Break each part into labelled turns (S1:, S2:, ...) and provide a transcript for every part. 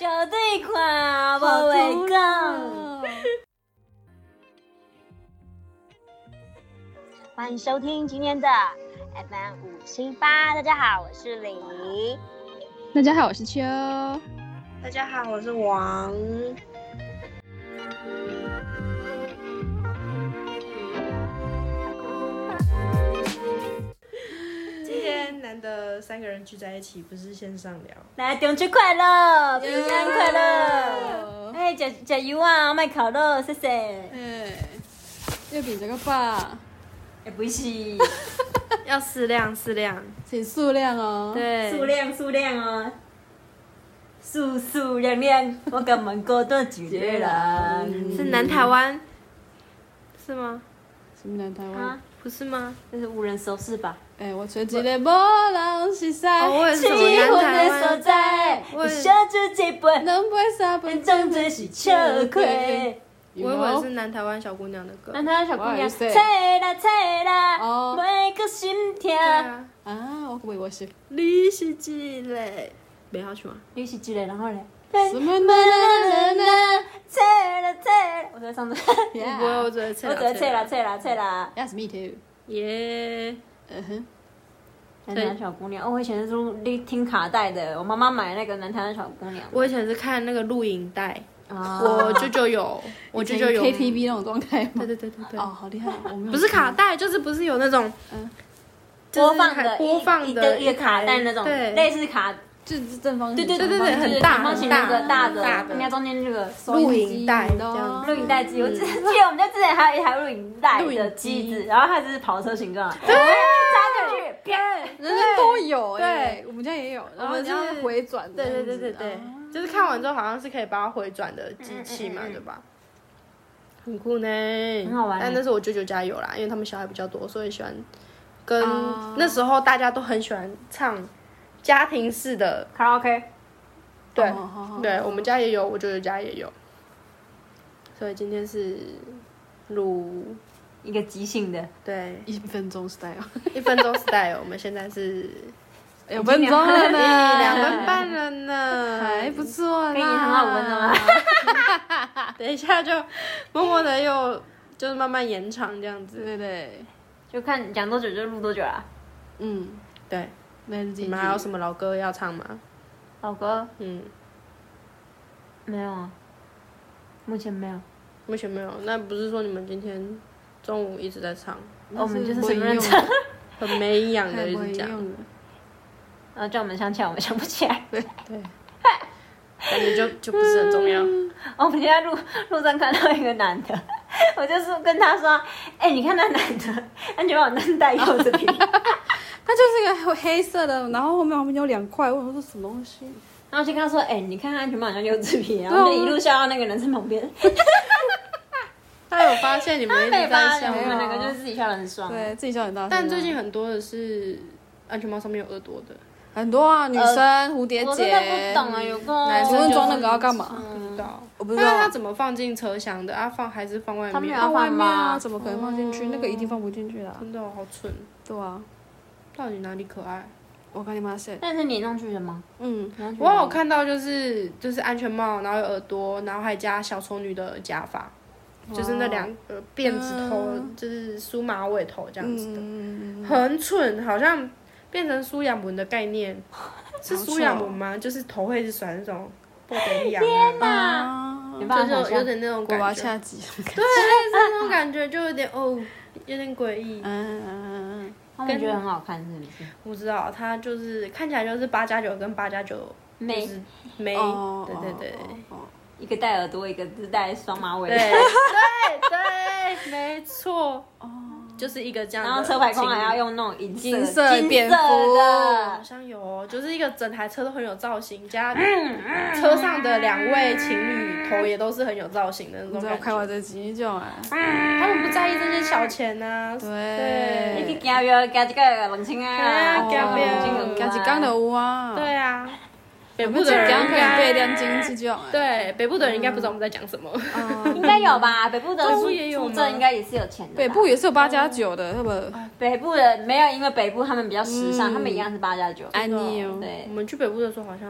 S1: 这款啊，
S2: 好
S1: 宝贝
S2: 土
S1: 杠。
S2: 壤。
S1: 欢迎收听今天的 FM 五七八，大家好，我是李。
S2: 大家好，我是秋。
S3: 大家好，我是王。今天难得三个人聚在一起，不是线上聊，
S1: 来，冬至快乐，平安快乐！
S2: Yeah
S1: 哎，食食油啊，卖烤肉，谢谢。哎、
S2: 哎，月饼这个吧，
S1: 哎不 是，
S3: 要适量适量，
S2: 请数量哦。，
S3: 对，
S1: 数量数量哦，数数量量，我敢问过多啊几个人？
S3: 是南台湾，是吗？
S2: 什么南台湾
S1: 啊？，
S3: 不是吗？
S1: 这是无人收拾吧？
S2: 哎，我存一个无人是
S3: 哦，
S2: 啥？
S3: 我也是我
S1: 结婚
S3: 南
S1: 的
S3: 台
S1: 所
S3: 湾，
S1: 在，
S3: 我
S1: 你笑着这杯，
S2: 能买三
S1: 人
S2: 本
S1: 种真是吃亏。
S3: 我以为是南台湾小姑娘的歌。
S1: 南台湾小姑
S2: 哇
S1: 娘，
S2: 有谁
S1: 切啦切啦，
S2: 哦
S1: 每个心跳。
S3: 对啊，
S2: 啊，我以为是
S3: 你是几嘞？没要去吗？
S1: 你是几个？然后嘞？
S2: 什么呢呢呢呢？
S1: 切啦切啦，我在唱着， 我
S3: 我不会，啊我只会切啦
S1: 在切啦切啦切啦。
S2: Yes, me too。
S3: 耶！
S2: 嗯哼，
S1: 南台湾小姑娘，哦我以前是听卡带的，我妈妈买那个南台湾小姑娘。
S3: 我以前是看那个录影带，
S1: 啊
S3: 我舅舅有，我舅舅有
S2: KTV 那种状态吗？
S3: 对对对对对
S2: 哦，，好厉害！我没有
S3: 不是卡带，就是不是有那种
S2: 嗯，
S3: 就是
S1: 播放
S3: 还
S1: 的
S3: 播放
S1: 一个
S3: 的
S1: 一个卡带那种，
S3: 对
S1: 类似卡，
S2: 就是正方
S1: 对
S2: 形
S1: 对
S2: 正
S1: 对
S2: 方
S1: 对
S2: 形
S3: 很
S1: 对
S3: 大
S1: 长方形
S3: 很
S1: 那个大
S3: 大
S1: 的
S3: 大，的
S1: 应该中间那个收
S3: 录嗯
S1: 音
S3: 影带
S2: 录影
S3: 这样
S2: 带
S1: 录
S3: 子。
S1: 影带机，我记记得我们家之前还有还有录影带的机
S2: 录影
S1: 子，
S2: 机
S1: 然后它就是跑车形状，
S3: 啊
S1: 对，插进去，啪，
S2: 人家都有哎、
S3: 对
S2: 我们家也有，然
S3: 我
S2: 后
S3: 们
S2: 这样
S3: 是
S2: 回转的
S3: 对
S2: 样
S3: 对
S2: 子，
S3: 对对对
S2: 啊，
S3: 就是看完之后好像是可以把它回转的机器
S1: 嗯
S3: 嘛
S1: 嗯嗯，嗯
S3: 对吧？很酷呢，很
S1: 好玩
S3: 但那是我舅舅家有啦，因为他们小孩比较多，所以喜欢跟
S2: 啊
S3: 那时候大家都很喜欢唱家庭式的，
S1: 卡拉 OK，
S3: 对
S2: 哦好好
S3: 对，我们家也有，我舅舅家也有。所以今天是录
S1: 一个即兴的，
S3: 对
S2: 一分钟 style，
S3: 一分钟 style，我们现在是
S2: 两分钟了呢，
S3: 一两分，半了呢，
S2: 还哎不。错啦，
S1: 跟银行好闻的吗？
S3: 等一下就默默的又就是慢慢延长这样
S2: 对
S3: 子。
S2: 对对，
S1: 就看讲多久就录多久啊啦。
S2: 嗯，
S3: 对，
S2: 那是
S3: 你
S2: 进
S3: 们还有什
S2: 么？
S3: 么老歌要唱吗？
S1: 老哥
S3: 嗯，
S1: 没有啊，目前没有，
S3: 目前没有。那不是说你们今天中午一直在唱，
S1: 我们就是
S2: 不
S1: 随
S2: 会
S1: 便乱
S2: 用
S1: 唱，
S3: 很没营养
S2: 太
S3: 的一
S2: 不
S3: 直
S2: 一
S3: 讲，
S2: 样了，
S1: 然后啊叫我们想起来，我们想不起来。
S3: 感觉就就不是很重要。
S1: 哦我们今天在路路上看到一个男的， 我就是跟他说：“哎、你看那男的， 安全帽灯戴柚子皮。
S2: 它就是一个黑色的，然后后面旁边有两块，我想说什么东西？”
S1: 然后就跟他说：“哎、你看安全帽好像柚子皮。”然后我们就一路笑到那个男生旁边。
S3: 他有发现你们一直
S1: 对吧？
S3: 在
S1: 我
S3: 笑
S1: 们
S2: 没有
S1: 两
S3: 吗？
S1: 个就是自己笑得很爽。
S2: 对自己笑很大声啊，
S3: 但最近很多的是安全帽上面有耳朵的，
S2: 很多啊，女生蝴蝶
S1: 我真的不
S2: 结，
S1: 懂
S3: 嗯
S1: 啊，有够。
S3: 男
S2: 请
S3: 生
S2: 问
S3: 就
S2: 装那个要干嘛？
S3: 嗯不知道。
S2: 我不
S3: 那
S2: 知道
S3: 他怎么放进车厢的？啊，放还是放外
S1: 他们
S3: 面？
S1: 要
S2: 放外
S1: 换
S2: 面
S1: 吗
S2: 啊，怎么可能放进去？那个一定放不进去的啊。
S3: 真的哦好蠢，
S2: 对啊，
S3: 到底哪里可爱？
S2: 我跟你妈说，
S1: 但是你弄去的吗？
S2: 嗯，
S1: 你弄去的
S3: 我
S1: 吗
S3: 有看到，就是就是安全帽，然后有耳朵，然后还加小丑女的假发，就是那两个辫子头，
S2: 嗯
S3: 就是梳马尾头这样子的，
S2: 嗯，
S3: 很蠢，好像变成苏养文的概 念，是
S2: 好
S3: 苏养
S2: 丑
S3: 文吗？就是头会是甩那种不得痒啊，
S2: 啊，
S1: 没
S3: 就
S1: 办法
S3: 是
S1: 想
S3: 有有
S1: 象。
S3: 点那种
S2: 我要
S3: 感觉，
S2: 掐指，
S3: 对， 是那种感觉，就有点哦，有点诡异。
S2: 嗯嗯
S1: 他们觉得很好看，是不是？
S3: 我知道，它就是看起来就是八加九跟八加九，就
S1: 没
S3: 是没，
S2: 嗯，哦，
S3: 哎对对对。
S1: 一个戴耳朵，一个是戴双马尾
S3: 对， 对对，没错，
S2: 哦，
S3: 就是一个这样 的。
S1: 然后车牌框还要，用那种银
S2: 金
S1: 色
S2: 色
S1: 的
S2: 蝙蝠
S3: 好
S1: 的。
S3: 像有哦，就是一个整台车都很有造型，加车上的两位情侣头也都是很有造型的那
S2: 你
S3: 种
S2: 知道
S3: 感
S2: 看嗯我
S3: 觉。啊
S2: 这集就哎，
S3: 他们不在意这些小钱啊呐，
S2: 啊对
S1: 你去
S3: 对
S1: 行药加一个冷清啊，
S3: 对啊
S1: 冷
S2: 加
S1: 清
S2: 几缸的屋啊，
S3: 对，啊，北
S2: 我
S3: 部
S2: 们几
S3: 的人
S2: 缸
S3: 应
S2: 可以背
S3: 该
S2: 两斤这种哎，
S3: 对北部的人应该不知道我们在讲什么。
S2: 嗯
S1: 应该有吧？北部的
S3: 中部
S1: 住
S3: 也有
S1: 住
S3: 吗
S1: 这应该也是有钱的吧。
S2: 北部也是有八加九的，是不？
S3: 哦
S1: 北部的没有，因为北部他们比较时尚，
S2: 嗯
S1: 他们一样是八加九。
S2: 安妞，哦
S1: 对
S3: 我，们去北部的时候好像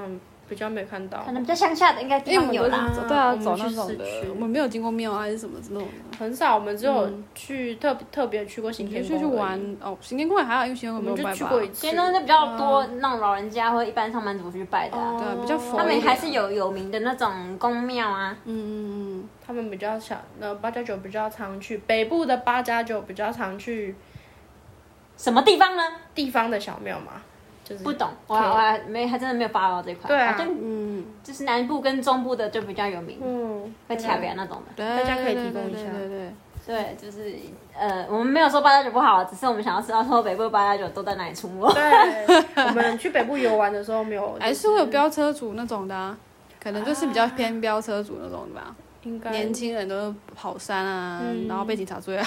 S3: 比较没看到
S1: 可，能比较乡下的应该地
S2: 因为我
S1: 方
S2: 们
S1: 有
S2: 都
S1: 啦。
S2: 是走，对啊，
S3: 我们
S2: 走
S3: 去
S2: 那种
S3: 市
S2: 的
S3: 区，
S2: 我们没有经过庙啊还是什么之类的。
S3: 很少。我们只有去特特别去过行
S2: 嗯你
S3: 天
S2: 就去
S3: 宫
S2: 去
S3: 而已
S2: 玩，哦，行天宫也还好，因为行天
S3: 我
S2: 宫没有
S3: 们就
S2: 拜
S3: 去
S2: 吧。
S3: 过一次
S1: 其实。那比较多那种老人家或一般上班族去拜的啊、
S2: 对比较佛
S1: 他们
S2: 一
S1: 还
S2: 点
S1: 是有有名的那种宫庙啊。
S2: 嗯嗯
S3: 他们比较想，呃，八加九比较常去北部的八加九比较常去
S1: 什么地方呢？
S3: 地方的小庙嘛，就是
S1: 不懂，我还我还没还真的没有发到这一块。
S3: 对啊
S1: 反正
S2: 嗯
S1: 就是南部跟中部的就比较有名，
S3: 嗯，
S1: 会卡表那种的。
S2: 嗯，对
S3: 大家可以提供一
S2: 对
S3: 下
S2: 对对对
S1: 对，就是呃，我们没有说八加九不好，啊只是我们想要知道说北部八加九都在哪里出没。
S3: 对，我们去北部游玩的时候没有，
S2: 还是会有飙车族那种的、啊，可能就是比较偏飙车族那种的吧。
S3: 应该
S2: 年轻人都跑山啊，然后被警察追啊，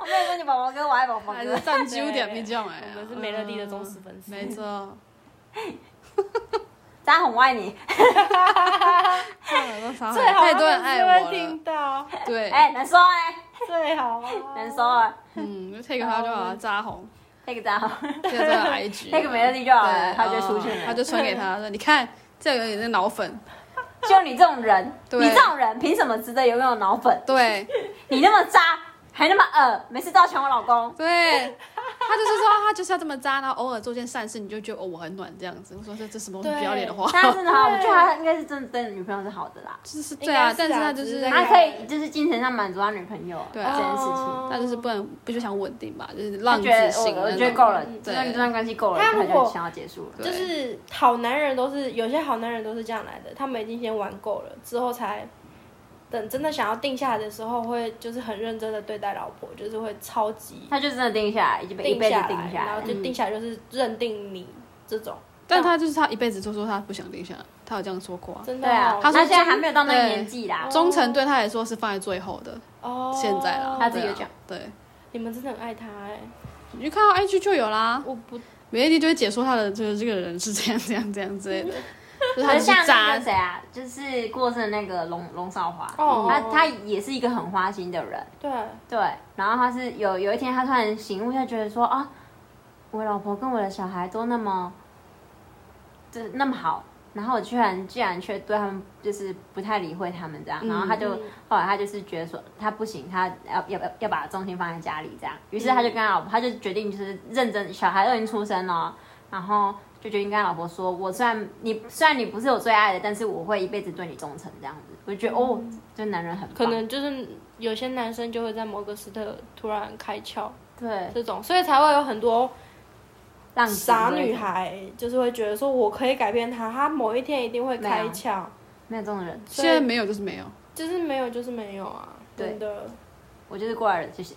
S1: 我没有说你宝宝哥，我爱宝宝
S2: 还
S1: 哥
S2: 是。站久点被叫哎。
S3: 我们是美乐蒂的忠实粉丝
S2: 嗯没错，
S1: 张红我爱你。
S2: 最太多人爱我了。
S3: 到，
S2: 对，啊
S1: 哎、难说哎、
S3: 最好啊
S1: 难说啊
S2: 嗯，就 take 他就好了，扎红，
S1: ，take 张红
S2: 这个 IG，
S1: ，take 美乐蒂就好了，
S2: 对
S1: 他就出现
S2: 哦
S1: 了。
S2: 他就传给他说：“你看，这个有点脑粉。
S1: 就你这种人，
S2: 对
S1: 你这种人凭什么值得拥有脑粉”？
S2: 对
S1: 你那么渣，还那么恶，每次都要抢我老公。
S2: 对，他就是说他就是要这么渣，然后偶尔做件善事，你就觉得哦我很暖这样子。我说这这什么不要脸的话，
S1: 但他真的好，我觉得他应该是真的对女朋友是好的啦，
S2: 就是对啊，但是他就
S3: 应
S2: 是
S3: 该是啊
S1: 他可以就是精神上满足他女朋友
S2: 对
S1: 这
S2: 啊
S1: 件事情。
S2: 那就是不能不就想稳定吧，就是浪
S1: 他
S2: 子
S1: 觉得
S2: 型
S1: 我我
S2: 那
S1: 觉得
S2: 种。
S1: 够了，
S3: 嗯
S1: 这
S2: 对
S1: 段这段关系够了，
S3: 他
S1: 他
S3: 如果
S1: 就想要结束了。
S2: 对
S3: 就是好男人都是有些好男人都是这样来的，他们已经先玩够了，之后才等真的想要定下来的时候，会就是很认真的对待老婆，就是会超级
S1: 他就真的定下来，已经被一
S3: 定
S1: 辈子
S3: 下来，
S1: 定下
S3: 然
S1: 来嗯
S3: 后。就定下来就是认定你哦这种，
S2: 但他就是他一辈子都说他不想定下来，他有这样说过啊。
S3: 真的哦
S1: 对啊
S3: 好，
S1: 他
S2: 说
S1: 现在还没有到那个
S2: 对
S1: 年纪啦，
S2: 忠诚对他来说是放在最后的，
S3: 哦，
S2: 现在啦，
S1: 他自己
S2: 对啊
S1: 有讲，
S2: 对，
S3: 你们真的很爱他哎、
S2: 你就看到 IG 就有啦，
S3: 我不
S2: 美乐蒂就会解说他的就是这个人是这样这样这样之类 的，就是他
S1: 可
S2: 就是
S1: 像
S2: 是
S1: 那
S2: 渣
S1: 个，谁啊，就是过世的那个龙龙少华，
S3: 哦
S1: 他他也是一个很花心的人，
S3: 对，
S1: 对。啊然后他是有有一天他突然醒悟，他觉得说啊，我老婆跟我的小孩都那么，就是那么好，然后我居然竟然却对他们就是不太理会他们这样，然后他就、
S3: 嗯
S1: 后来他就是觉得说他不行，他要要要要把重心放在家里这样，于是
S3: 嗯
S1: 他就跟他老婆，他就决定就是认真，小孩都已经出生了，然后。就决定跟他老婆说，我虽然你虽然你不是我最爱的，但是我会一辈子对你忠诚这样子。我就觉得、哦，这男人很棒
S3: 嗯可能就是有些男生就会在某个时刻突然开窍，
S1: 对
S3: 这种，所以才会有很多
S1: 让子
S3: 傻
S1: 之类的
S3: 女孩，就是会觉得说我可以改变他，他某一天一定会开窍，
S1: 没有这种人，
S2: 现在没有就是没有，
S3: 就是没有就是没有啊，
S1: 对
S3: 真的，
S1: 我就是过来人，就是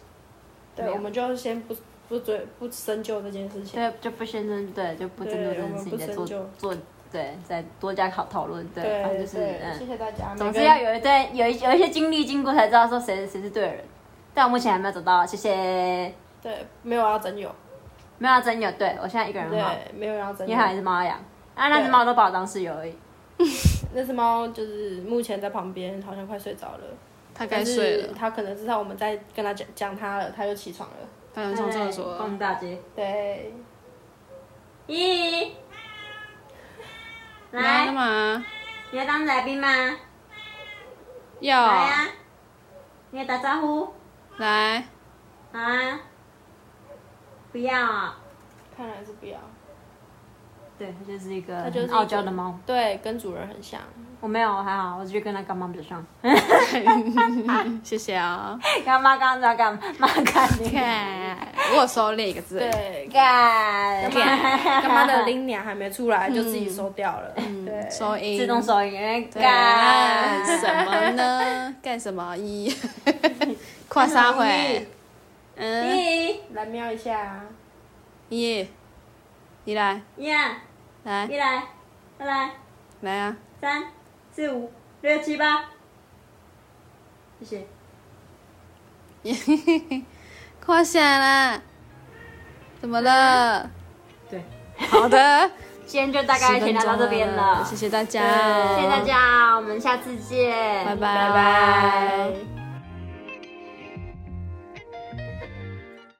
S3: 对，
S1: 没有
S3: 我们就先不不追不深究这件事情，
S1: 对就不先生对就不针对这
S3: 对我
S1: 件
S3: 们
S1: 事
S3: 不
S1: 情再
S3: 深
S1: 做
S3: 究
S1: 做对再多加考讨论，对，
S3: 对
S1: 反正
S3: 对，
S1: 就是
S3: 谢
S1: 嗯，
S3: 谢大家，
S1: 总
S3: 每
S1: 是
S3: 个人
S1: 要有一对有一有一些经历经过才知道说谁谁是对的人，但我目前还没有找到，谢谢。
S3: 对没有要啊真有，
S1: 没有要真有，对我现在一个人很好，
S3: 对没有要真
S1: 你
S3: 有，
S1: 还有一只猫要养，啊那只猫都把我当室友而已，
S3: 那只猫就是目前在旁边，好像快睡着了，
S2: 他该
S3: 但
S2: 睡
S3: 是
S2: 了，
S3: 它可能知道我们在跟它讲讲它了，它就起床了，
S2: 他
S3: 哎
S2: 想上厕所啊
S1: 逛
S2: 了。
S1: 大街，
S3: 对，
S1: 咦，
S2: 你要
S1: 来
S2: 干，嘛？
S1: 你要当来宾吗？
S2: 要
S1: 来呀、你要打招呼，
S2: 来，
S1: 好啊，不要啊、
S3: 看来是不要，
S1: 对，它就是一个
S3: 它就是
S1: 很
S3: 一个
S1: 嗯傲娇的猫。
S3: 对，跟主人很像。
S1: 我没有，我还好，我只是跟它干妈比较像。
S2: 谢谢啊。
S1: 干妈刚刚在干妈干你，
S2: 看，我有收敛一个字。
S3: 对，
S1: 干
S3: 干妈的铃娘还没出来，就自己收掉 了。对，
S2: 收音。
S1: 自动嗯收音
S2: 对干
S1: 干
S2: 什么呢？干什么 一？跨三回。嗯，
S1: 一
S3: 来瞄一下，啊
S2: 一，你来，
S1: 呀，
S2: 来
S1: 一，来，二来，
S2: 来啊！
S1: 三、四、五、六、七、八，谢谢。
S2: 跨下啦！怎么了？
S1: 对，
S2: 好的，
S1: 今天就大概先聊到这边了，
S2: 谢谢大家，
S1: 谢谢大，家，我们下次见，
S2: 拜拜
S1: 拜拜。